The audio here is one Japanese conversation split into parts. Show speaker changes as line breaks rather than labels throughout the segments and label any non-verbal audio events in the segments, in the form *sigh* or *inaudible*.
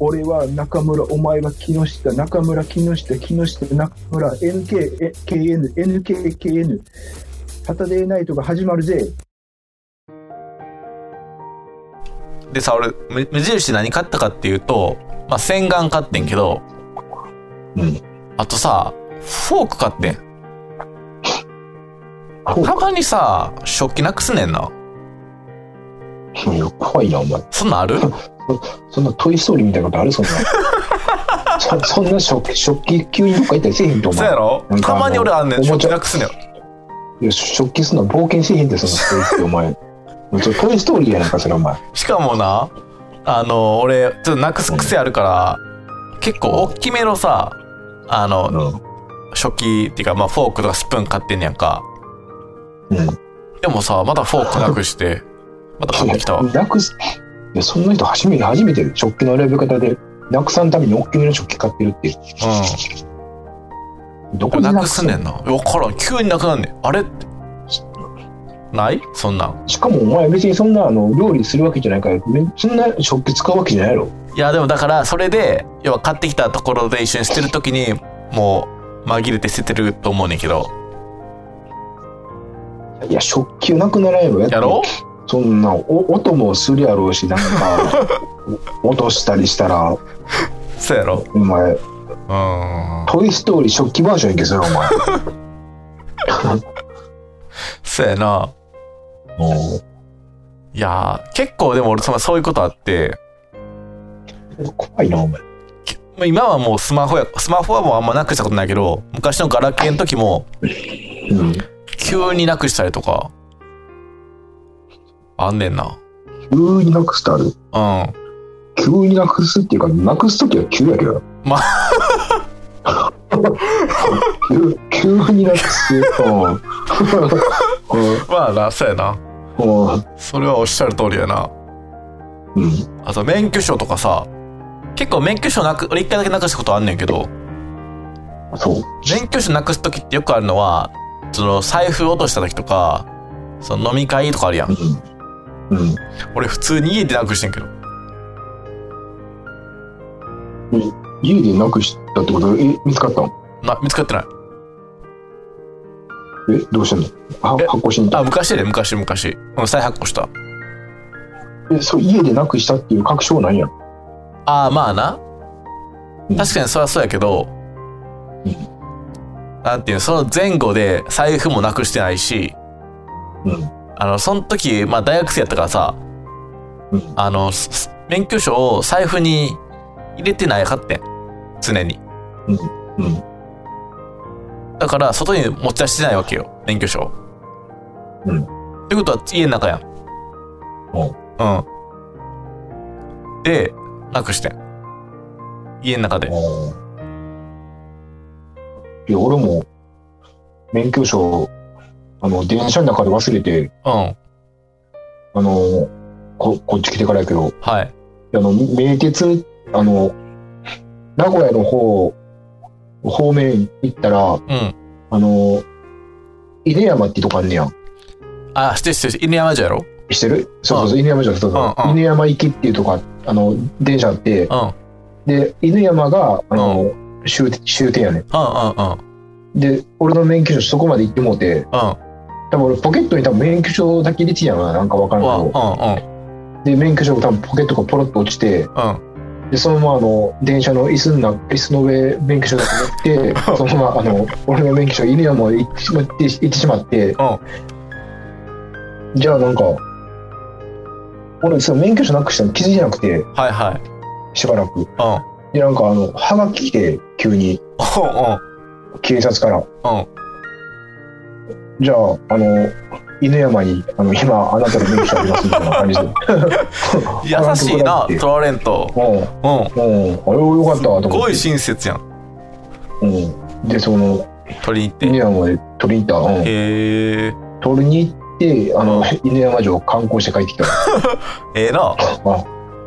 俺は中村、お前は木下、中村、木下、木下、中村、NK、KN、NKKN、サタデーナイトが始まるぜ。
でさ、俺、無無印何買ったかっていうと、まあ、洗顔買ってんけど、
うん。
あとさ、フォーク買ってん。
フォーク
たまにさ、食器なくすねんな。
いや怖いな、 *laughs* お前。
そんなんある
そんなトイストーリーみたいなことあるそ
*laughs*
んな。そそんな食食器急にどっか行ったりせえへんと思
そうやろ
なんか
たまに俺あんねん、
おも
食
ち
器
ゃ
なくすねん。
いや食器すんの冒険せえへんって、そんなトイストーリー、お前。ちょトイストーリーやなんか、それ、お前。
しかもな、あの、俺、ちょっとなくす癖あるから、結構大きめのさ、 *laughs* あの、
うん。
食器っていうか、まあ、フォークとかスプーン買ってんねやんか。
うん。
でもさ、まだフォークなくして、また買ってき
*laughs*
たわ。
なくす。いや、そんな人初めて、初めて食器の選び方で、なくさんために大きめの食器買ってるって、
う
どこ
ん。
に
な
な
く
く
す
す
ねんな。わからん。急になくなんねん。あれって。ないそんなん。
しかもお前別にそんなあの料理するわけじゃないから、めそんな食器使うわけじゃないやろ。
いや、でもだから、それで、要は買ってきたところで一緒に捨てるときに、もう、紛れて捨ててると思うねんけど。
いや、食器なくならんやろ。やって
やろ *laughs*
そんなお音もするやろうし、なん
*laughs*
か、お落としたりしたら、
そうやろ
お前、
うん。
トイ・ストーリー食器バージョンいけそうやろ、
そうやな。
お前。も
いやー、結構でも俺そのそういうことあって、
う怖いな、お前。
きまあ今はもうスマホや、スマホはもうあんまなくしたことないけど、昔のガラケーの時も
うん。
急になくしたりとか、あんねんな。
急になくすってある
うん。
急になくすっていうか、なくすときは急やけど。
ま
あ。 *laughs* 急急になくす。うん。 *laughs*
まあな、そうやな。
うんうん
それはおっしゃる通りやな。
うん。
あと免許証とかさ、結構免許証なく、俺一回だけなくしたことあんねんけど、
そう。
免許証なくす時ってよくあるのは、その財布落とした時とか、その飲み会とかあるやん。
うん。うん。
俺普通に家でなくしてんけど。
家でなくしたってことえ見つかったの
な、見つかってない。
えどうしてんのは
え
発行しに行
あ、
っ
昔で、昔、昔。うん、再発行した。
たえそう家でなくしたっていう確証なんや
ああ、まあな
うん。
確かにそりゃそうやけど
うん、
なんていうの、その前後で財布もなくしてないし、
うん
あの、その時、まあ大学生やったからさ、
うん
あの、すす免許証を財布に入れてないかってん。常に。
うん
だから、外に持ち出してないわけよ。免許証。
うん
ってことは、家の中やん。
お
うん。で、なくしてん。家の中で。
いや俺も免許証あの電車の中で忘れて
うん。
あのここっち来てからやけど
はい。
あの名鉄あの名古屋の方方面行ったら
うん。
あの犬山ってとこあんねや
あ、してしてして、犬山城やろ
してるそうそうそう犬山じゃんそうそう
うんうん
犬山行きっていうとこあの電車あって
うん。うん
で犬山があの、終終点やね
うんうん。
で俺の免許証そこまで行ってもうて
うん。
多分俺ポケットに多分免許証だけ入れてんやろななんかわから
うんん
けど
うん
で免許証が多分ポケットがポロッと落ちて
うん。
でそのままあの電車の椅子のな椅子の上免許証だけ持ってそのままあの俺の免許証犬山まで行ってしまって行ってしまって、じゃあなんか俺その免許証なくしたの気づいてなくて
はいはい。
しばらく。
うん。
で、なんかあの、はがき来て、急に、警察から、
うんうん。
じゃあ、あの、犬山に、あの、今、あなたの免許証ありますみたいな感じで。
う
*laughs*
ん。優しいな
う、ん
取られんと。うん。
うん、うん、あれよかったわと
す
思っ
ご
て。
い親切やん。
うん。で、その、
取りに行って
犬。山まで取りに行った。うん。
へえ。
取りに行って、あの、犬山城観光して帰ってきた。
ええな。は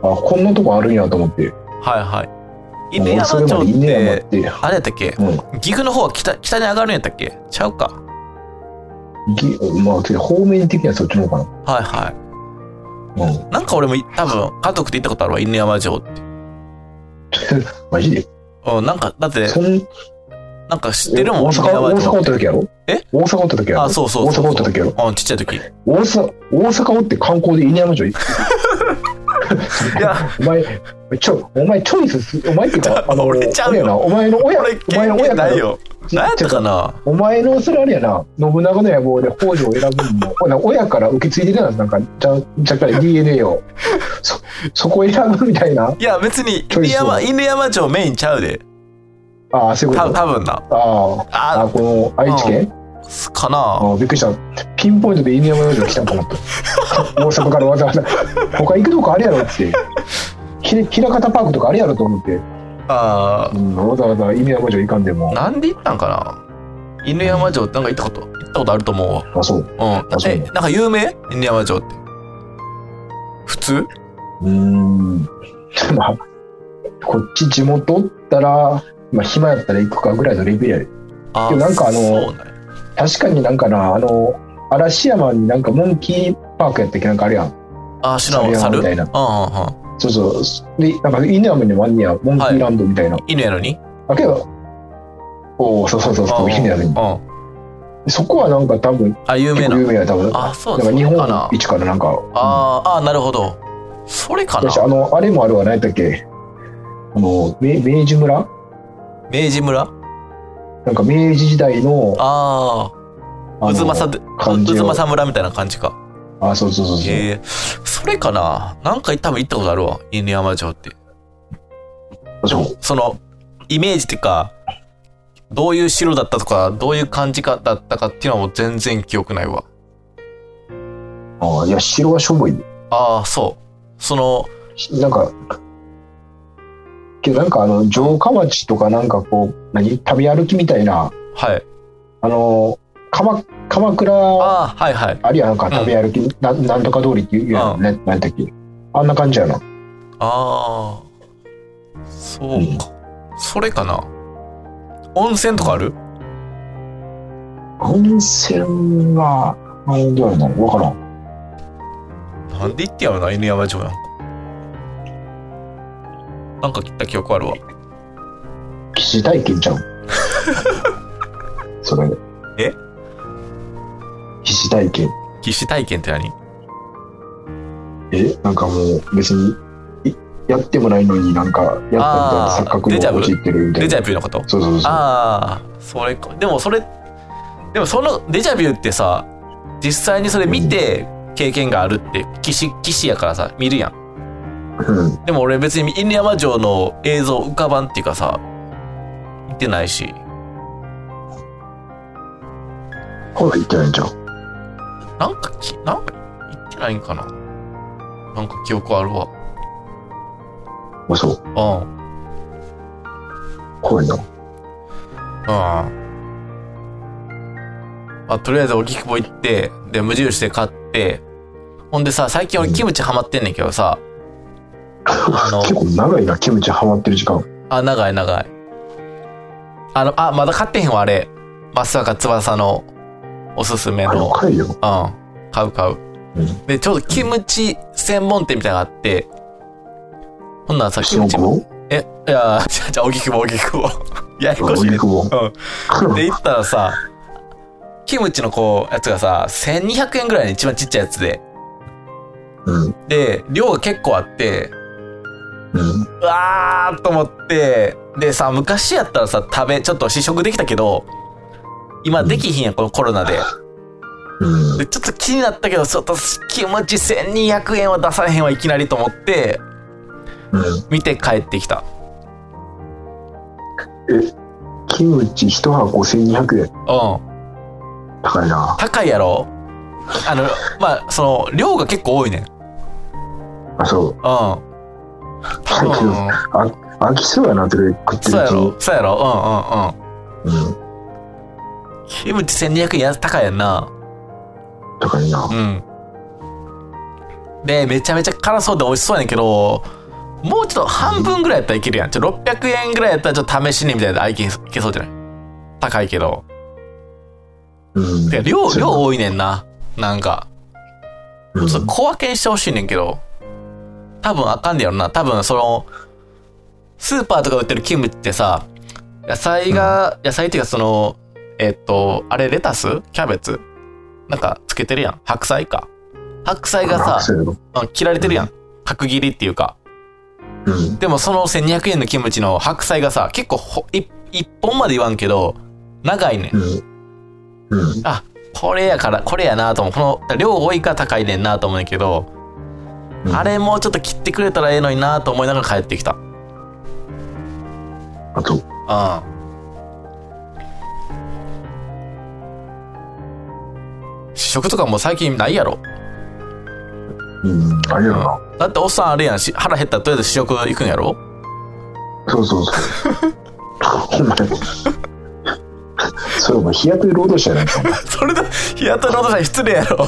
あ、こんなとこあるんやと思って。
いはい。
もう
犬
俺
山
それま
城
で
っ、
犬山ってて、
あれやったっけ
う
岐阜の方は北、北に上がるんやったっけちゃうか。
ん。ぎまあ、方面的にはそっちの方か
はいはい。
な。うん。 *laughs*
なんか俺もい多分、家族で行ったことあるわ、犬山城って。
マジで
うん、なんか、だって
そ、ん
なんか知ってるもん、
大
俺の
阪、
名
大
前
阪
と
お
か
っ。た時やろ
え
大阪おった時やろ
あ、そうそうそう
大阪
そ
おった時やろ
う。うん、ちっちゃい時。い
大阪、大阪おって観光で稲山城行っ
や、
お前、ちょ、お前チョイスす、お前ってい
*laughs*
うか、あの、
俺ちゃうよ
あれやな、お前の
俺、
親、お前
権
の
限
親か
な
ら
い、よ。なんやったかな
お前のそれあれやな、信長の野望で北条を選ぶのも、ほな親から受け継いでたんですなんか、じゃ、じゃから DNA を。そ、そこ選ぶみたいな。
いや、別に、
チョイ
犬
スを
山、犬山町メインちゃうで。
ああ、そういうこ
た
と。
多分な。
ああ、あ
あ、
この愛知県
かな
ああ、びっくりした。ピンポイントで犬山城来たん
*laughs*
かなと。大阪からわざわざ。他行くとこあるやろって。ひれ、ひらかたパークとかあるやろと思って。
あ
うん、わざわざ犬山城行かんでも
ー。なんで行ったんかな犬山町なんか行ったこと、行ったことあると思うわ。
あ、そう。
うん。
あそう
え、なんか有名犬山町って。普通
うーん。まあ、こっち地元おったら、まあ、暇やったら行くかぐらいのレベルやで
あ
でもなんかあの
そうなんや
確かになんかな、あの、嵐山になんかモンキーパークやったっけなんかあるやん。
あ、知らんわ、
山
猿
み
うん
た
うんう。。
いなんそうそう。で、なんか犬山にもあんねや、モンキーランドみたいな。
犬やのに
あ、けど、おおそうそうそうそう、
うん
犬山に。
うん。
そこはなんか多分、
あ、有名
結
な
構。有名や多分。
あ、そう
な
で
んか
す
日
かな
本。一からなんか。
あーあー、なるほど。それか
うん
な
だしあの、あれもあるわ、何やったっけあの、明明治村
明治村
なんか明治時代の、
ああ、
あ
う
の
ずまさで、
感じ
う
を
ずまさ村みたいな感じか。
あ、そうそうそうそう。
へえ、それかななんか多分行ったことあるわ。犬山城って。
そう
その、イメージっていうか、どういう城だったとか、どういう感じかだったかっていうのはもう全然記憶ないわ。
ああ、いや、城はしょぼい。
ああ、そう。その、
なんか、けどなんかあの、城下町とかなんかこう、何旅歩きみたいな、
はい。
あの、鎌鎌倉、あ
ああ、はいはい。
るいはなんか旅歩き、ななんとか通りっていうやんね、なんだっけ。あんな感じやな。
ああ、そうか。それかな温泉とかある
温泉は、なんでやろな、わからん。
なんで行ってやろな、犬山城なんか。なんか来た記憶あるわ。
騎士体験 *laughs* ちゃうそれ。
え
騎士体験。
騎士体験って何
えなんかもう別にいやってもないのになんかやったみたいな
あー
錯覚
デジャ
に
ブ
陥ってるみた
デ
い
ジ
な
ャビューのこと
そうそうそう
ああ、それか。でもそれ、でもそのデジャビューってさ、実際にそれ見て経験があるって、騎士、騎士やからさ、見るやん。
うん
でも俺別に犬山城の映像浮かばんっていうかさ、見てないし。
ほら言ってないんちゃう
なんかき、なんか言ってないんかななんか記憶あるわ。
あそう
うん。うん。
怖いな
まあ、とりあえず荻窪行って、で、無印で買って、ほんでさ、最近俺キムチハマってんねんけどさ、あの
結構長いなキムチハマってる時間
あ、長い長い。あの、あ、まだ買ってへんわ、あれ。松坂翼のおすすめ
あれ
の。
深いよ
うん。買う買う。
うん
で、ちょうどキムチ専門店みたいなのがあって、ほんならさ、キ
新
ム
大
チ
久
も。
保
え、いや、じゃあ、じゃあ、荻窪、荻窪。 *laughs* ややこしい
大
ね
久。保
うん。で、行ったらさ、キムチのこう、やつがさ、1200円ぐらいの一番ちっちゃいやつで。
うん
で、量が結構あって、
うん
うわーと思って、でさ、昔やったらさ、食べ、ちょっと試食できたけど、今できひんやん、このコロナで。
うん
で、ちょっと気になったけど、ちょっと気持ち1200円は出されへんわ、いきなりと思って、
うん
見て帰ってきた。
キムチ1箱1200円
うん。
高いな
高いやろあの、まあ、その、量が結構多いねん。うん。
あそう
多分、
あ飽きそうやなそれ食って
そう
るう
や
ちに
ろ、そうやろ、うんうんうん。
うん
キムチ1200円や高いやんな。
高いな
うん。で、めちゃめちゃ辛そうで美味しそうやねんけど、もうちょっと半分ぐらいやったらいけるやん。ちょ、600円ぐらいやったらちょっと試しにみたいな、あ、いけいけそうじゃない高いけど。
うん
てか、量、
そうやな
量多いねんな。なんか。
うん
ちょっと小分けにしてほしいねんけど。多分あかんねやろな。多分、その、スーパーとか売ってるキムチってさ、野菜が、野菜っていうかその、えっと、あれレタスキャベツなんかつけてるやん。白菜か。白菜が
アクセ
さ、
ルの
うん切られてるやん。角切りっていうか。
うん。
でもその1200円のキムチの白菜がさ、結構ほ、い一本まで言わんけど、長いねん
う。ん。うん。
これやから、これやなと思う。この、量多いから高いねんなと思うんやけど、
うん
あれもうちょっと切ってくれたらええのになと思いながら帰ってきた。うん。
あと、
試食とかも最近ないやろ。
うん。あれやろ
だ
な。
っておっさんあれやんし、腹減ったらとりあえず試食行くんやろ
そうそうそう。お前それお前日雇い労働者やないか。
*laughs* それで、日雇い労働者に失礼やろ。
それ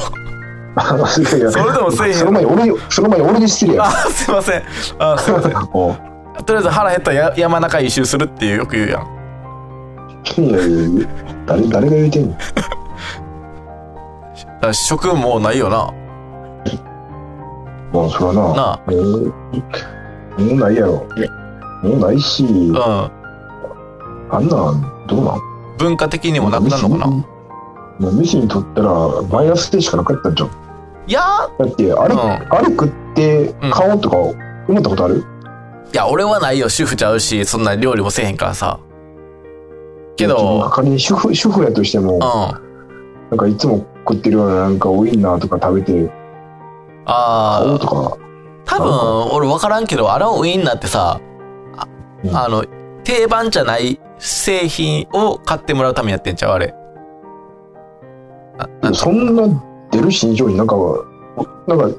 *laughs* それでもせえへん
その前に俺に、その前に俺に失
*laughs*
礼や。
*laughs* あ、すいません。あ、すいません。
お
とりあえず腹減ったらや山中一周するっていうよく言うやん。
いやいやいや誰、誰が言うてんの
だから試食もうないよな。
もうそれはな。
なあ
もう、もうないやろ。もうないし、
う
あんなん、どうなん
ん。文化的にもなくなるのかな。
もう飯にとったらマイナスでしかなかったんじゃん。
いやー、
だって、あれ、
うん
あれ食って買おうとか思ったことある、
いや、俺はないよ。主婦ちゃうし、そんな料理もせえへんからさ。け
自分が
ど、
仮に主婦、主婦やとしても
うん。、あ
なんかいつも食ってるようななんかウインナーとか食べて、買おう
あ
とか。
ー、多分、俺分からんけど、あのウインナーってさ、あ
うん
あの、定番じゃない製品を買ってもらうためにやってんちゃうあれ。あなん
そんな出る新商品なんかは、なんか、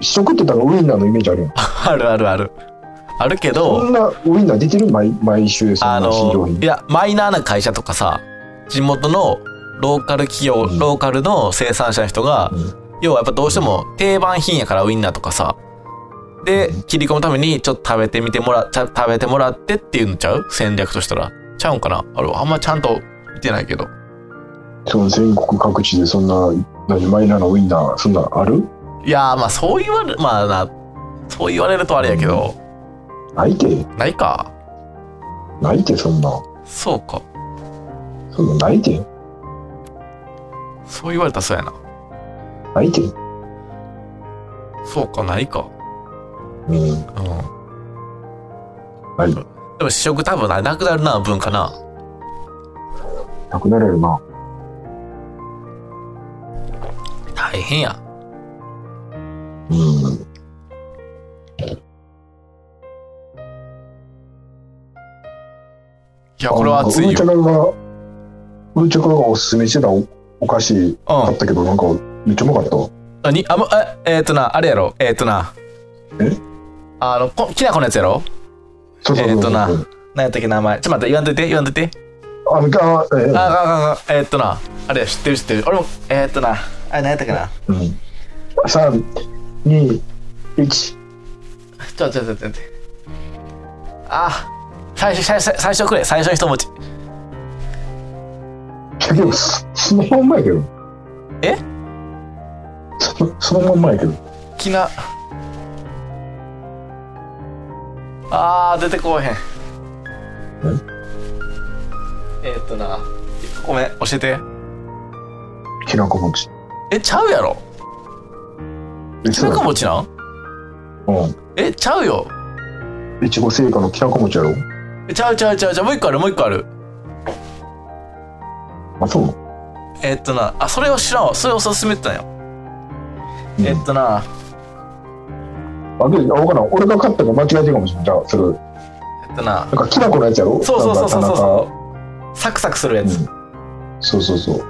試食って言ったらウインナーのイメージあるよ。
あるあるある。あるけど
そ、んなウインナー出てる毎毎週、そ
あ
んな新商
の、
品
い。や、マイナーな会社とかさ、地元のローカル企業、
うん
ローカルの生産者の人が、
うん
要はやっぱどうしても定番品やからウインナーとかさ、で、切り込むためにちょっと食べてみてもら、ちゃ食べてもらってっていうのちゃう戦略としたら。ちゃうんかなあれ、あんまちゃんと見てないけど。
その全国各地でそんな、何、マイナーなウインナー、そんなある
いやー、まあそう言われ、まあな、そう言われるとあれやけど、
ないて、
ないか。
ないて、そんな。
そうか。
そんなないて、
そう言われたらそうやな。
ないて。
そうか、ないか。
うん。
うん。
はい。
でも試食多分なくなるな、文化な。
なくなれるな。
大変や。
うん。
いや、これは熱い
ウーチャ
よ。
カが、ウーチャカがおすすめしてたおお菓子
う
あっ
ん。
たけど、なんか、めっちゃうまかったわ。
あに、あ、ま、え、えーっとな、あれやろ。えーっとな。
え
あの、こきなこのやつやろ
そうそうそうそう
えーっとな何やったっけ、名前。ちょっと待って、言わんといて、言わんといて。
あの、あ、
あ、
えー
あ、あ、あ、えーっとな。あれや、知ってる知ってる。俺も、えーっとな。あれ、何やったっけな。
うん。三、二、一。
ちょ、ちょ、ちょ、ちょ、ちょ。あ、最初、最初、最初くれ。最初の一文字。
いやでも、そそのまんまやけど。
え
その、そのまんまやけど。
きな。あー、出てこうへん。えーっとな。ごめん、教えて。
きなこ餅。
え、ちゃうやろ。
え
きなこ餅なん
そう
え、ちゃうよ。
うん。いちご製菓のきなこ餅やろ。
えちゃうちゃうちゃうちゃう。もう一個ある、もう一個ある。
あ、そう。
えっとな、あ、それを知らんわ。それを勧めてたんよ。
うん
えっとな、
あ、で、あわからん。俺が買ったの間違えてるかもしれない。じゃあ、それ、な、
えっとなん
かきなこのやつやろ
そうそうそうそうそう
なん
そ
か
う。サクサクするや
田
つ。
中うん。そうそうそう。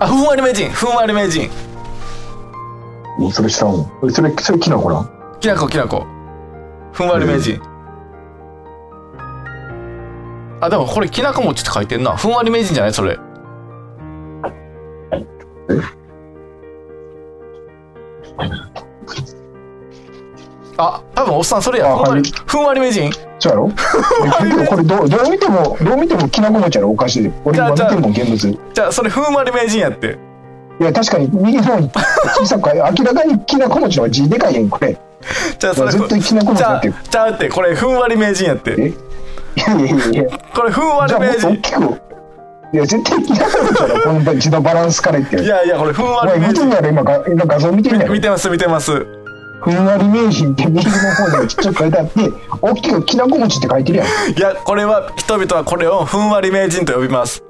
あ、ふんわり名人、ふんわり名人。
うんそれ知らんわ。えそれ、それきなこなん
きなこきなこ。ふんわり名人。あ、でもこれきなこ餅って書いてんな。ふんわり名人じゃないそれ。あ、多分おっさんそれや。
あ
ふんわり、
は
ふんわり名人
そう
*laughs*
やろえこれこれどう、どう見ても、どう見てもきなこ餅やろお菓子で。俺
じゃあ
今見
じゃあ
ても現物。
じゃあそれふんわり名人やって。
*laughs* いや、確かに右の方に小さく書いて、明らかにきなこ餅の方が字でかいやん、これ。
じゃあそれ
絶対きなこ餅
ちゃ
だっ
う
て
ちゃうってこれふんわり名人やって
えいやいやいやいや
これふんわ
じゃ
り
あも
名人
っと大きくいや絶対きなこ餅だろこの字のバランスから言って
い
る
やいやこれふん
お
わ
前
り名
見て
人
んやろ今が今画像見てんやろ
見てます見てます
ふんわり名人って右の方にちっちゃく書いてあって大きくきなこ餅って書いてるやん
いやこれは人々はこれをふんわり名人と呼びます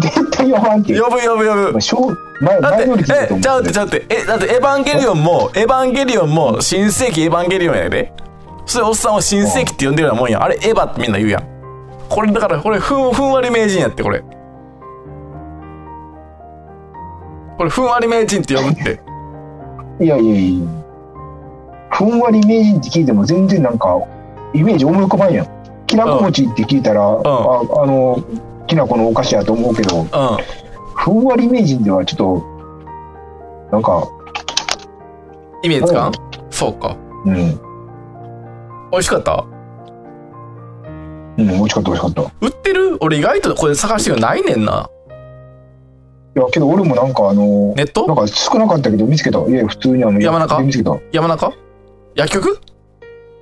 絶対呼ばんって
呼ぶ呼ぶ呼ぶ
しょう前
だって
前乗り聞いたと
え
思
ちゃうっ
う
てちゃうってえだってエヴァンゲリオンもエヴァンゲリオンも新世紀エヴァンゲリオンやでそれおっさんを新世紀って呼んでるようなもんやんあれエヴァってみんな言うやんこれだからこれふんふんわり名人やってこれこれふんわり名人って呼ぶって
いやいやいやふんわり名人って聞いても全然なんかイメージ思い浮かばんやんきなこ餅って聞いたら、ああのきなこのお菓子やと思うけど
うん
ふんわり名人ではちょっとなんか
イメージつかんそうか
うん、
美味しかった
うん、美味しかった美味しかったい
売ってる俺意外とこれ探してるのないねんな
やけど俺もなんかあ
ネ
の
ッ
なん
ト
か少なかったけど見つけたいや普通にあの
山中
で見つけたい
山中薬局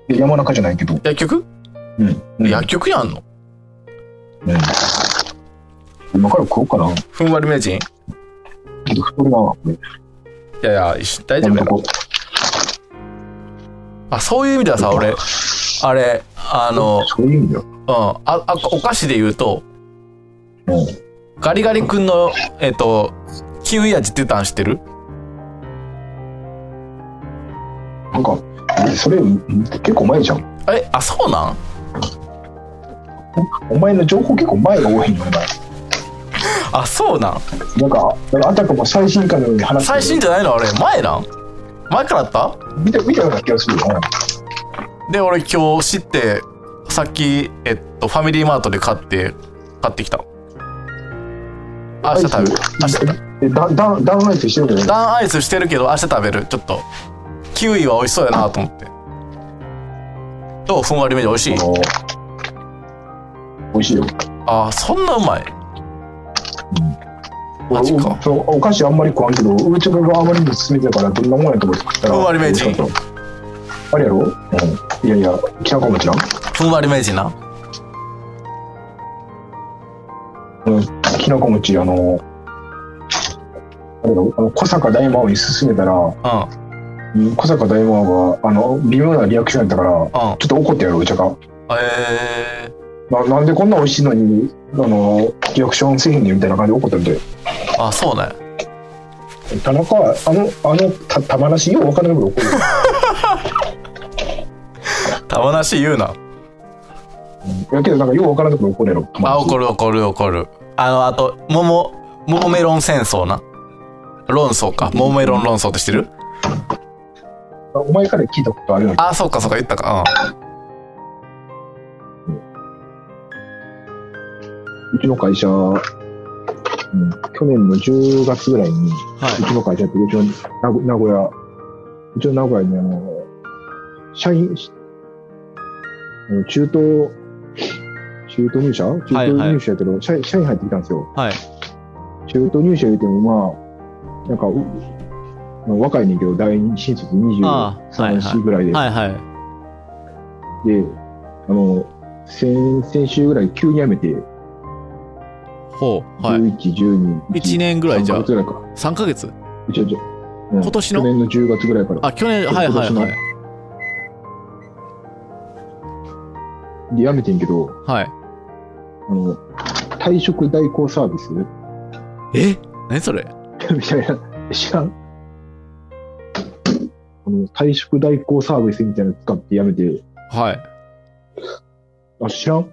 や山中じゃないけど
薬局
うん、うん
薬局にあんの
うん今から食おうかな
ふんわり名人い
けど太るなこれ
やいや大丈夫
やめ
や
と
ろ
こう
あそういう意味ではさ俺あれあのうん
そういう意味だよ
ああお菓子で言うと
うん
ガリガリ君のえっとキウイ味って言ったん知ってる
なんか、えそれ、うん結構前じゃん。
えあそうなん
お前の情報結構前が多いのよな。
あそうなん
なんか、なんかあたかも最新かのように話してる
最新じゃないのあれ前なん前からあった
見た見たような気がするよ。
で俺今日知ってさっきえっとファミリーマートで買って買ってきた明日食べる明日食べる
え、ダダダウンライトしてるけど、
ダンアイスしてるけど明日食べるちょっとキウイは美味しそうやなと思ってどうふんわり目で美味しい
あの美味しいよ。
あーそんなうまいマジか
俺そうお菓子あんまり食わんけど、うちがあまりに勧めてたから、どんなもんやと思って食ったら。
ふんわり名人
美味しかったあれやろうん。いやいや、きなこ餅な。
ふんわり名人な
うん。きなこ餅、あの、あれだろあの小坂大魔王に勧めたら、
うん
うん小坂大魔王が、あの、微妙なリアクションやったから、
うん
ちょっと怒ってやろう、うちゃか。
え
ななんでこんな美味しいのに、あの、リアクションせえへんねんみたいな感じで怒ったみたい。
ー、あそうね
田中は、あの、あの、た、たまらしよう分からないけど怒る。
玉なし言うない
やけど、なんかよう分からないけど怒るやろ。玉
あ
梨
怒る怒る怒るあのあと桃桃メロン戦争な論争か桃メロン論争ってしてる
お前から聞いたことあるよ。
あそうかそうか言ったか
うちの会社、うん、去年の10月ぐらいに、
うんは
うちの会社って、うちの名古名古屋、うちの名古屋にあの、社員、あの中東、中東入社中東入社やけど、社員社員入ってきたんですよ。
はい
中途入社言うてもまあなんかうまあ若いねんけど第二新卒23
ああはいはい
歳ぐらいで、
いはい
であの先先週ぐらい急に辞めて、
ほう
11、12、
一年ぐらいじゃ
3ヶ月ぐらいか。
3ヶ月
うちはじゃ、うん
今年の
去年の10月ぐらいから。
あ去年
はいはいはいで、辞めてんけど、
はい
あの、退職代行サービス *laughs* み
え何それ
たいな、知らんあの退職代行サービスみたいなの使って辞めて、
はい
あ、知らん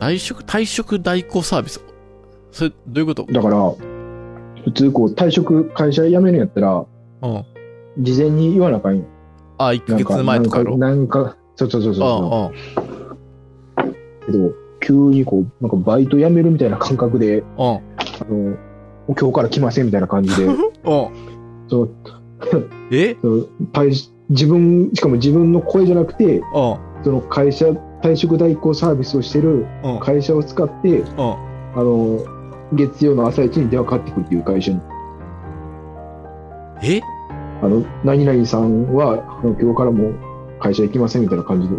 退職退職代行サービスそれどういうこと
だから、普通こう退職、会社辞めるんやったら、
うん
事前に言わなあかんよ。
あ1ヶ
なん
月前とかやろうん
なんか、なんかそうそうそうそう
うん
けど、急にこう、なんかバイト辞めるみたいな感覚で、
うん
あの、もう今日から来ませんみたいな感
*laughs*
じで、
うん
その
え
その退自分、しかも自分の声じゃなくて、
うん
その会社、退職代行サービスをしてる
うん
会社を使って、
うん
あの、月曜の朝一に電話かかってくるっていう会社に。
え
あの、何々さんは、あの今日からもう会社行きませんみたいな感じで。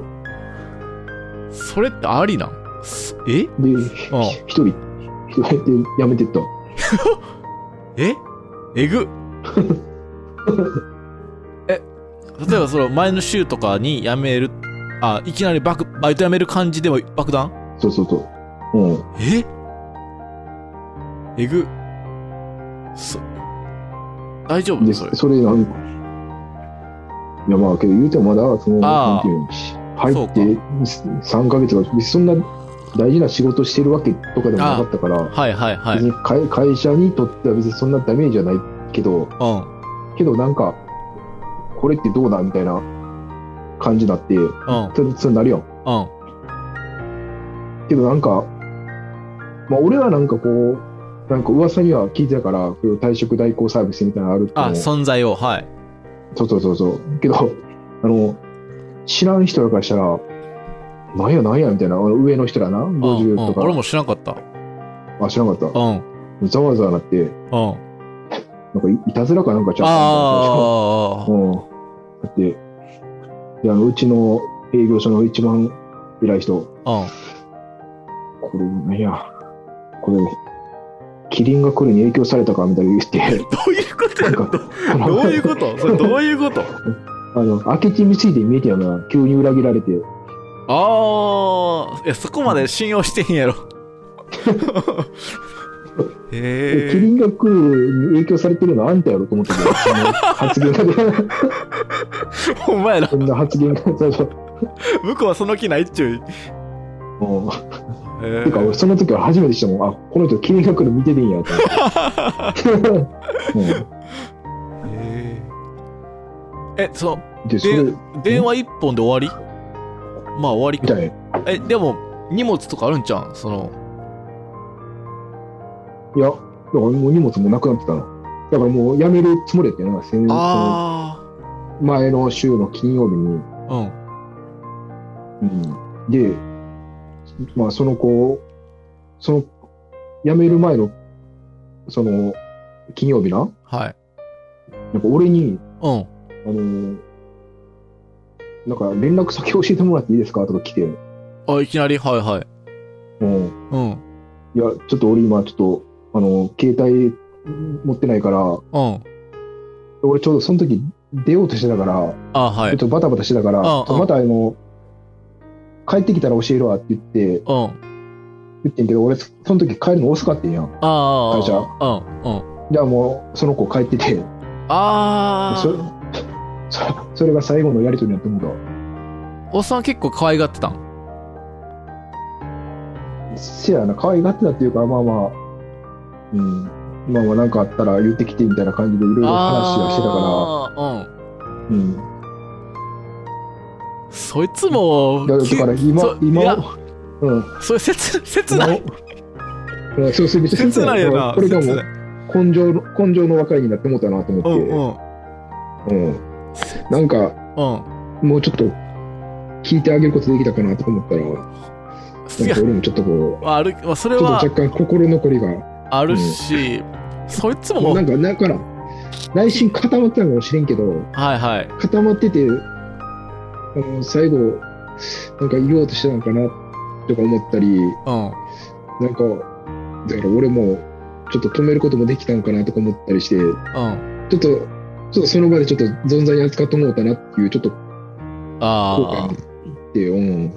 それってありなんすえ
で、
うん
一人、一人で辞めてった。
ええ *laughs* ぐえ例えばその前の週とかに辞めるあいきなりバクバイト辞める感じでも爆弾
そうそうそう。うん。
ええぐそ大丈夫
で、
それ
それなんか、いやまあけど言うてもまだ、その、
あ
な
あ
んていうの、入って
そう
3ヶ月とか、別にそんな大事な仕事してるわけとかでもなかったから、
はいはいはい
別
うん
に会会社にとっては別にそんなダメージはないけど、
うん
けどなんか、これってどうだみたいな感じになって、
うん
それそうなるやん。
うん
けどなんか、まあ俺はなんかこう、なんか噂には聞いてたから、こういう退職代行サービスみたいなのあるっていう
あ
のを
存在をはい
そうそうそうそう。けど、 *laughs* あの、知らん人らからしたら、なんやなんやみたいな、あの上の人らな、
うんうん
50とか、
俺も知らんかった
あ、知らなかっ
うん
た。ざわざわなって、
うん
なんかいいたずらかなんかちゃ
あ
*laughs* ううん。だって、であのうちの営業所の一番偉い人、
あうん
これ、なんや、これ、キリンが来るに影響されたかみたいな
*laughs*
言って、
どういうことや
なんか
ど、 *laughs* どういうことそれどういうこと
あの、明智光秀に見えてやな、急に裏切られて、
ああ、いや、そこまで信用してへんやろ。 *laughs*
えキ
へ
リ
え。
ンが来るに影響されてるのはあんたやろと思ったけど、その発言が、 *laughs* ね、
お前ら、
そんな発言が、そうそう。
向こうはその気ないっちゅう。
うん
え
てか、
ー
俺、その時は初めてしたもん、あこの人、キリンが来る見てていいんやと思って。う
えーえ、そ
ん、で、それ、
の、電話一本で終わりまあ終
み
わ
たいな。
り。え、でも、荷物とかあるんじゃうんその、
いや、だからもう荷物もなくなってたの。だからもう、辞めるつもりやってな、先その
あ
前の週の金曜日に。
あ、うん、
うん、で、まあ、その子、その、辞める前の、その、金曜日な、
はい。
なんか俺に、
うん。
あのーなんか連絡先教えてもらっていいですかとか来て、
あ、いきなり、はいはい。
うん、
うん、
いや、ちょっと俺今、ちょっと、あの、携帯持ってないから、
うん。
俺ちょうどその時出ようとしてたから、
あは
ちょっ
い。
とバタバタしてたから、
ん
ちょっとまたあの、帰ってきたら教えるわって言って、
うん。あ
言ってんけど、俺、その時帰るの遅かったんやん。
あ。
会社
うん、うん。
じゃあもう、その子帰ってて、
ああ。
そそそれが最後のやりとりやと思う
おっさん結構可愛がってたん
わ。せやな、可愛がってたっていうか、まあまあ、うん、まあまあ、なんかあったら言ってきてみたいな感じでいろいろ話をしてたか
あーうん
ら、うん。
そいつも
だ
き
だから今
そ、い
今
や
を、うん。
それ切切ない
うんそうそう、めっちゃ
切ないよな
これがも
切
う
ない
根性の、根性の若いになってもうたなと
う
思っ
ん
て、うん、なんか、
うん
もうちょっと、聞いてあげることできたかなとか思ったら、な
うんい
ん
や
か俺もちょっとこ、
ある、まあ、そうれ
ちょっ
は
と若干心残りが、
あるし、そいつも
なんか、だから、内心固まってたのかもしれんけど、
はいはい
固まってて、あの、最後、なんか言おうとしてたのかな、とか思ったり、
うん
なんか、だから俺も、ちょっと止めることもできたんかなとか思ったりして、
うん
ちょっと、ちょっとその場でちょっと存在に扱ってもうたなっていう、ちょっと後
ああ
悔って、うん。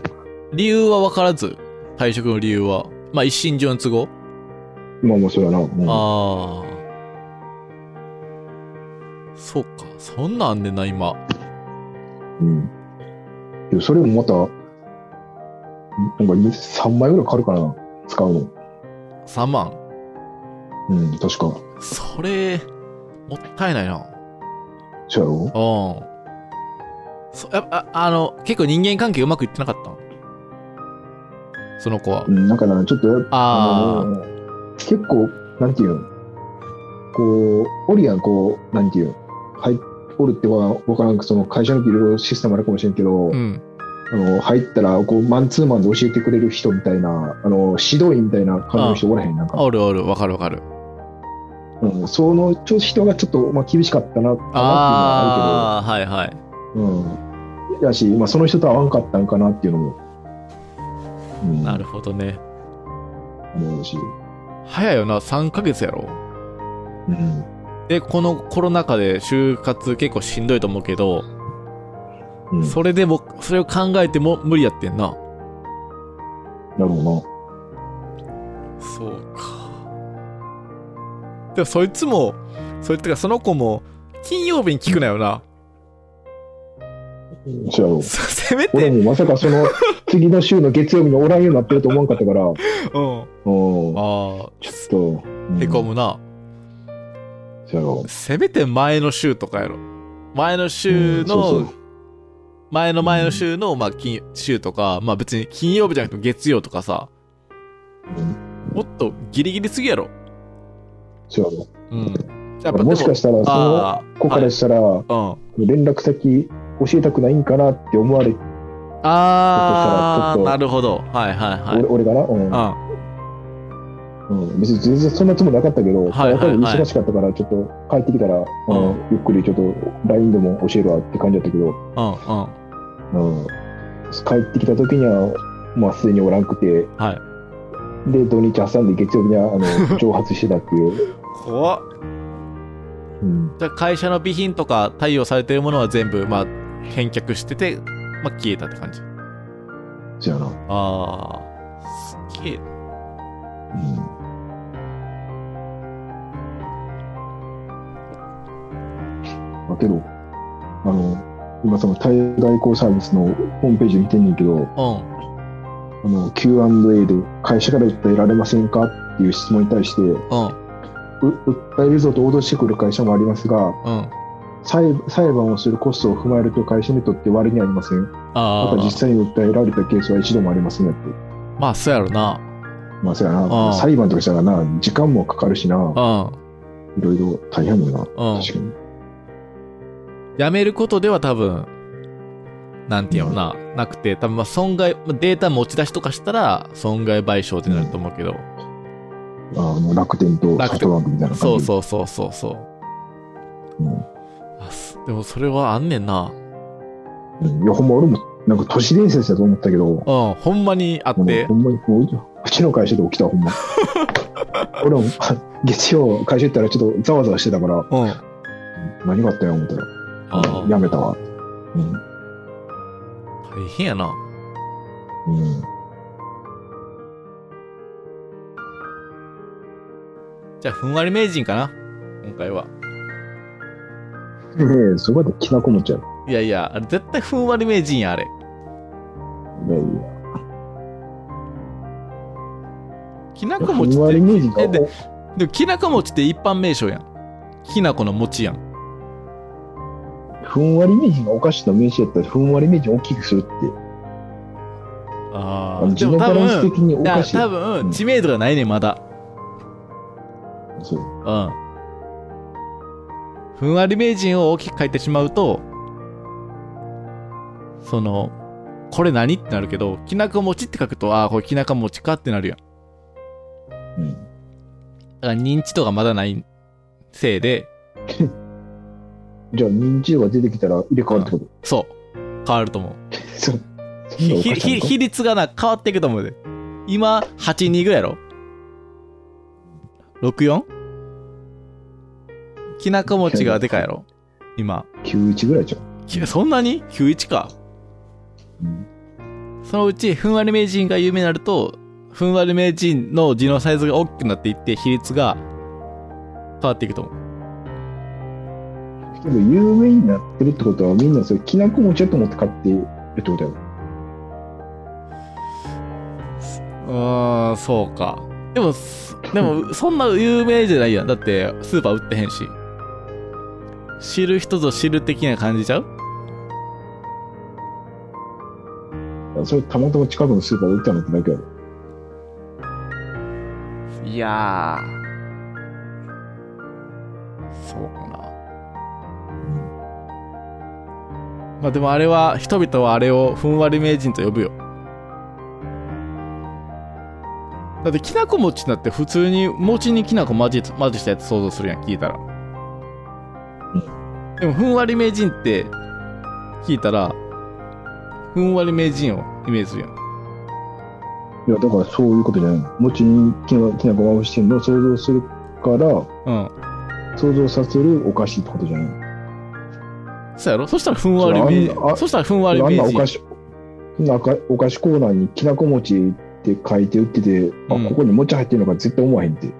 理由は分からず退職の理由はまあ一心上の都合、
まあまあ、そうやな。うん
ああそうかそんなんあんねんな今
うん。でもそれもまた、なんか3枚ぐらいかかるかな、使うの。
3万
うん、確か。
それもったいないな
そうやろ
うん。そやっぱああの、結構人間関係うまくいってなかったのその子は
う。ん、なんかな、ちょっとやっぱ、
あー
の結構、なんていうのこう、おるやん、こう、なんていうのはい、おるっては分からんけどその会社のいろいろシステムあるかもしれんけど、
うん。
あの入ったらこうマンツーマンで教えてくれる人みたいなあの指導員みたいな感じの人おらへんなんか、
あるある、わかるわかる。
うん、そのちょっと人がちょっと、まあ、厳しかったなかなっていうのはあ
あー、はいはい。
るけど、うん、やし、まあ、その人と合わんかったんかなっていうのも、うん、
なるほどね。
思うし、
早いよな、3ヶ月やろ。
うん、
で、このコロナ禍で就活結構しんどいと思うけど、
うん、
それでも、それを考えても無理やってんな。
だろうな。
そうか。でもそいつも、そいつがその子も、金曜日に聞くなよな。
そうやろ
そせめ
俺
て、
もまさか
*laughs*
その次の週の月曜日におらんようになってると思わんかったから、うん、ち
うん。あ
ょっ
あ、ちょ
と、うん
へこむな。
そうやろ
せめて前の週とかやろ。前の週
うんそう
の
そう、
前の前の週の、まあ、金、週とか、まあ別に金曜日じゃなくても月曜とかさ、
うん、
もっとギリギリすぎやろ。
そうやろ
うん。やっぱ
もしかしたらその
あ
子からしたら、
あ、うん。
連絡先教えたくないんかなって思われて、
ああ、
ちょっとさちょっと
なるほど。はいはいはい。
俺俺がな、うん
う
うん、別に全然そんなつもりなかったけど、
はいはいはい
やっぱり忙しかったから、ちょっと帰ってきたら、あのゆっくりちょっと LINE でも教えるわって感じだったけど、
ん、うん、うん。
うん、帰ってきた時には、まあ、すでにおらんくて、
は
で、土日挟んで月曜日にはあの蒸発してたっていう、
怖っ。
うん、
じゃあ会社の備品とか貸与されてるものは全部、まあ、返却してて、まあ、消えたって感じ。
そうやな。
ああ、すげえ。
うん、だけど、あの、今その対外交サービスのホームページ見てんねんけど、
うん。
あの Q&A で会社から訴えられませんかっていう質問に対して、う
うん。
訴えるぞと脅してくる会社もありますが
うん。
裁、裁判をするコストを踏まえると会社にとって割にありません。ま
あ
た実
あ、
際に訴えられたケースは一度もありませんやって。
まあ、そうやろな。
まあ、そうや
あ
な。
ー
裁判とかしたらな、時間もかかるしな、
う
いろいろ大変やもんな。
ん。うん。
確かに。
やめることでは多分、なんていうのな、なくて、多分まあ損害、まあデータ持ち出しとかしたら、損害賠償ってなると思うけど。
あの楽天と
楽天
ソフトバンクみたいな感じ。
そうそうそうそうそう。
うん
あすでもそれはあんねんな。
うん。いや、ほんま俺も、なんか都市伝説だと思ったけど、
う
も
ん、ほんまにあっ
う
て
ほ。んまにもう、うちの会社で起きたわほ
*laughs*
んま。俺も、月曜会社行ったらちょっとざわざわしてたから、
うん。
何があったよ思った
ああ
ら、やめたわ。うん。
大変やな。
うん。
じゃあ、ふんわり名人かな今回は。
ねえ、そこできなこもっちゃう。
いやいや、あれ絶対ふんわり名人や、あれ。
ね
きな
え
こ餅
ふんわり
っ
イメージが
えでて、でもきなこ餅って一般名称やん。きなこの餅やん。
ふんわりイメージがお菓子の名詞やったら、ふんわりイメージを大きくするって。
あ
あ
あ、
の
で
字
も
の
多
バランス
分、
的にお
だ
菓子。
多
う
分、
ん
知名度がないね、まだ。
そう
うん。ふんわり名人を大きく書いてしまうと、その、これ何ってなるけど、きなこ餅って書くと、ああ、これきなこ餅かってなるやん。
うん。
だから認知度がまだないせいで、
じゃあ、認知度が出てきたら入れ替わるってこと
そう、変わると思う。
そう。そんなお
ひひ
菓子な
ひ
のか
比率がな、変わっていくと思うで。今、8、2ぐらいやろ ?64? きなこ餅がでかいやろ今。
91ぐらいじゃん。
きそんなに ?91 か。
うん
そのうち、ふんわり名人が有名になると、ふんわり名人の字のサイズが大きくなっていって、比率が変わっていくと思う。
けど、有名になってるってことは、みんなそれ、きなこ餅やと思って買ってるってことやろ。
うーん、そうか。でも、すでも、そんな有名じゃないやん。だって、スーパー売ってへんし。知る人ぞ知る的な感じちゃう
それ、たまたま近くのスーパーで売ったのってだけやろ。
いやー。そうかな。まあでもあれは、人々はあれをふんわり名人と呼ぶよ。だってきなこ餅だって普通に餅にきなこ混じ混じしたやつ想像するやん聞いたら。でもふんわり名人って聞いたらふんわり名人をイメージするやん。
いや、だからそういうことじゃないの。餅にきなきな粉まぶしてるのを想像するから、
うん。
想像させるお菓子ってことじゃないの。
そうやろそしたらふんわり名
それあんな
人。
あ
そしたらふんわり
あん
名
なお
人
菓。子、あんなお菓お菓子コーナーにきなこ餅って書いて売ってて、
うん
あ、ここに餅入ってるのか絶対思わへんって。だか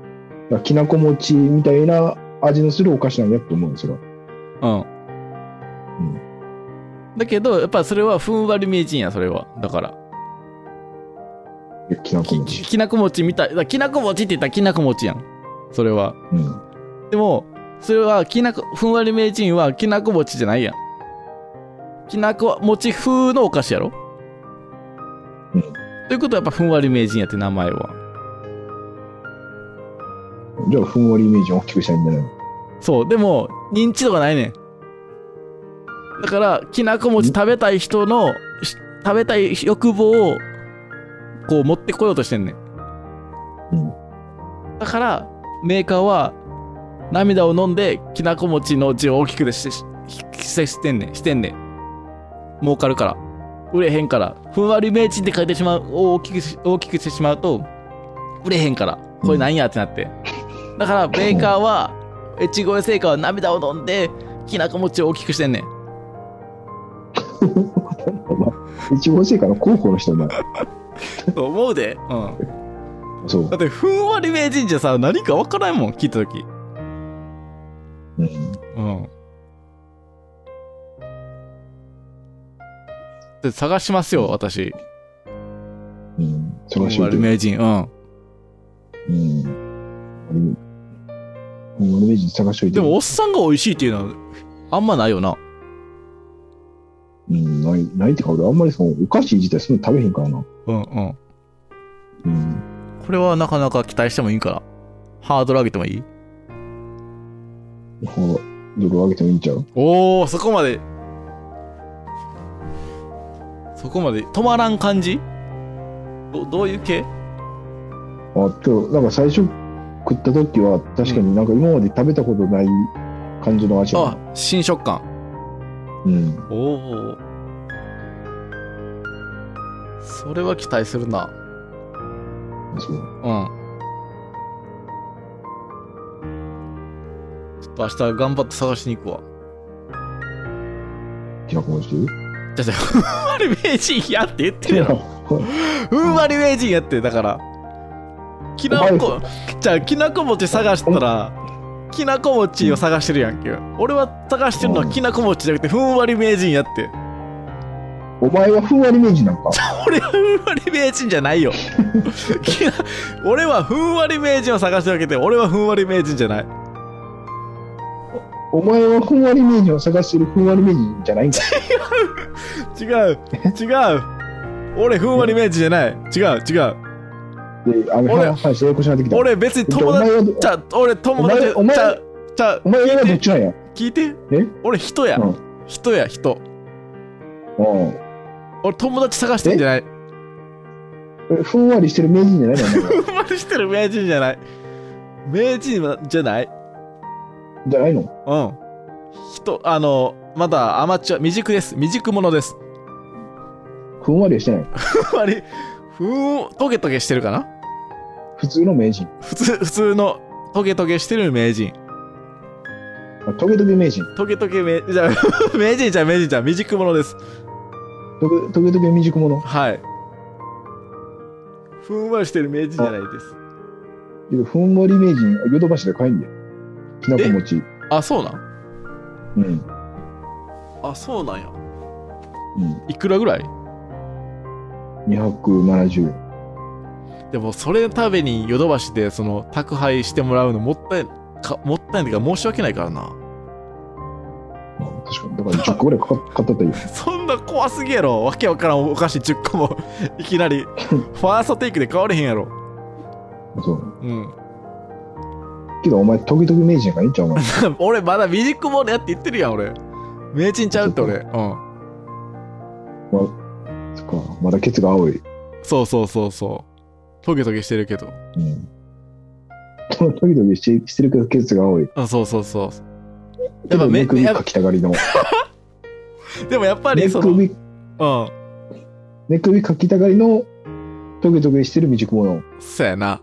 らきなこ餅みたいな味のするお菓子なんやと思うんですよ。
うん。だけど、やっぱそれはふんわり名人や、それは。だから。
いやきなこ
き
餅。
きなこ餅みたい。だからきなこ餅って言ったらきなこ餅やん。それは。
うん。
でも、それはきなこ、ふんわり名人はきなこ餅じゃないやん。きなこ餅風のお菓子やろ
うん
ということはやっぱふんわり名人やって名前は。
じゃあ、ふんわりイメージを大きくしたいんじゃないの
そう、でも、認知度がないねん。だから、きなこ餅食べたい人の、し食べたい欲望を、こう持ってこようとしてんねん。
うん
だから、メーカーは、涙を飲んで、きなこ餅の字を大きくでして、ししてしてんねん、してんねん。儲かるから。売れへんから。ふんわり名人って書いてしまう、大きくし、大きくしてしまうと、売れへんから。これなんやってなって。だから、メーカーは、越後製菓は涙を飲んできなこ餅を大きくしてんねん
お前、いちご製菓の候補の人、お前。
と思うで、うん、
そう
だ。ってふんわり名人じゃさ何かわからんもん聞いた時
う
う
ん。
んで探しますよ私
うん。
ふ
そ
ん
らしい
わ
け
り
ど。
名人うん
うん。ふんわりイメージ探しとい
で
て。
もおっさんが美味しいっていうのはあんまないよな
うん、ない、ないってか、俺あんまりその、お菓子自体そんな食べへんからな。
うんうん
うん。
これはなかなか期待してもいいからハードル上げてもいい
ほら、夜上げてもいいんちゃう
おおそこまでそこまで止まらん感じどどういう系
あ、でも、なんか最初食った時は、確かになんか今まで食べたことない感じの味や
あ
な。
新食感
うん。
おおそれは期待するな
そう。
うんちょっと明日頑張って探しに行くわ
きなこ餅
じゃあじゃあふんわり名人やって言ってるやろふんわり名人やってだからきな
お
こじゃあきなこ餅探したらきなこ餅を探してるやんけ俺は探してるのはきなこ餅じゃなくてふんわり名人やって
お前はふんわりイメージなんか。
俺はふんわり名人じゃないよ *laughs* きな俺はふんわり名人を探してるわけで俺はふんわり名人じゃない
お前はふんわりイメージを探してるふんわりイメージじゃないんか。
違う違う俺ふんわり名人じゃない違う違う
で、あの、
俺
話、ややこしなってきた。
俺別に
じゃあお
友
前
達
は
ちゃ俺友達
お前お前
ちゃちゃ
お前はど
聞
っ
いて
ちなんや
聞いて
え
俺人や、
うん
人や人
うん
俺友達探してんじゃない
え。ふんわりしてる名人じゃないのお前は
ふんわりしてる名人じゃない名人はじゃない
じゃないの
うん。人、あの、まだアマチュア、未熟です。未熟者です。
ふんわりはして
*laughs*
ない。
ふんわり、ふん、トゲトゲしてるかな
普通の名人。
普通、普通のトゲトゲしてる名人。
あトゲトゲ名人。
トゲトゲ名、じゃあ *laughs* 名人じゃん名人じゃん未熟者です。
トゲトゲトゲ未熟者。
はい。ふんわりしてる名人じゃないです。
いやふんわり名人、ヨドバシで買えんだよ。きなこ餅。
あ、そうなん
うん。うん。
あ、そうなんや。いくらぐらい
270円。
でもそれのためにヨドバシでその宅配してもらうのもったいかもったいないというか申し訳ないからな
まあ確かに。だから10個ぐらいかか買ったったらいいよ。
そんな怖すぎやろわけわからんお菓子10個も *laughs* いきなりファーストテイクで買われへんやろ
そう。
うん
けどお前、トゲトゲ名人やからいいんちゃうお前。
*laughs* 俺まだ未熟者やって言ってるやん俺名人ちゃうって俺うん
そっか。まだケツが青い。
そうそうそうそうトゲトゲしてるけど
うん。トゲトゲしてしてるけどケツが青い。
あそうそうそう
や
やっぱ
っぱ
め
めくび
やっ
かきたがりの。
*laughs* でもやっぱ
め
りそ
く
の
び
うん
寝首かきたがりのトゲトゲしてる未熟者。
そうやな。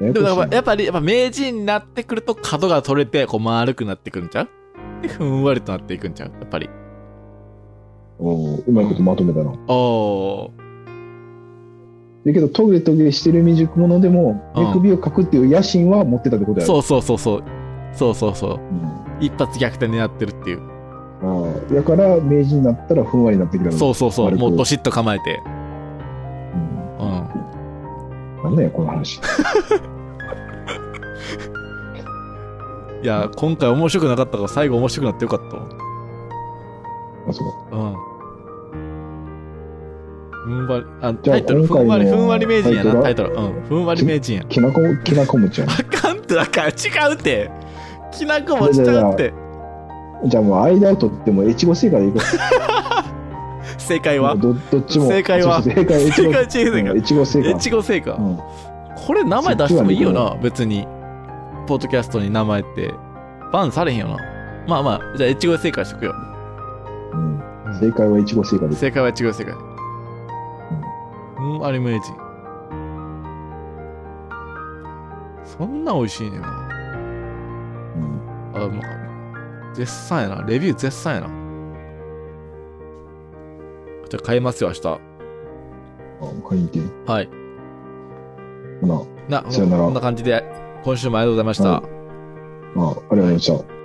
ね、
でもやっぱや
や
っぱり、やっぱ名人になってくると角が取れて、こう丸くなってくるんちゃう *laughs* で、ふんわりとなっていくんちゃうやっぱり。
おーうまいことまとめたな。
おー。
だけど、トゲトゲしてる未熟者でも、
うん
寝首をかくっていう野心は持ってたってことや
そ
ろ。
うそうそうそう。そうそうそう。
うん。
一発逆転狙ってるっていう。
ああ。だから、明治になったらふんわりになってきたの
そうそうそう。
丸く
もうどしっと構えて。
うん。
うん。
なんだよ、この話。
いや、今回面白くなかったから最後面白くなってよかったわ。
あ、そう。
うん。ふんわり、あ、
じゃ
タ
あ
イトル、
今
ふ
回
んわり、
の
ふんわり名人やな、タ
タ
イ
イ
ト
ト
ル。
ル
う
は
ん、ふんわり名人や。
きなこ、きなこもちゃん。
あかんって、だから違うって。きなこも違うって。
じゃあもう、間を取っても、越後製からいこ
正解
う。
は
どどっちも。
正解は
そうそう正解、越
正
後
解チーズ
う
が
ん。越後製
え、
か。
ちご成果
う。ん。
これ名前出してもいいよな、別に。ポッドキャストに名前って。バンされへんよな。まあまあ、じゃあ、えちご正解しとくよ。
うん正解は越後製菓です。
正解は違う正解。うん、あれ名人。そんな美味しいねんな。
うん
あ、うまかった絶賛やな。レビュー絶賛やな。じゃあ買いますよ、明日。
あ買いに行って。
はい。
ほな、
な、
さよなら
こんな感じで、今週もありがとうございました。
あありがとうございました。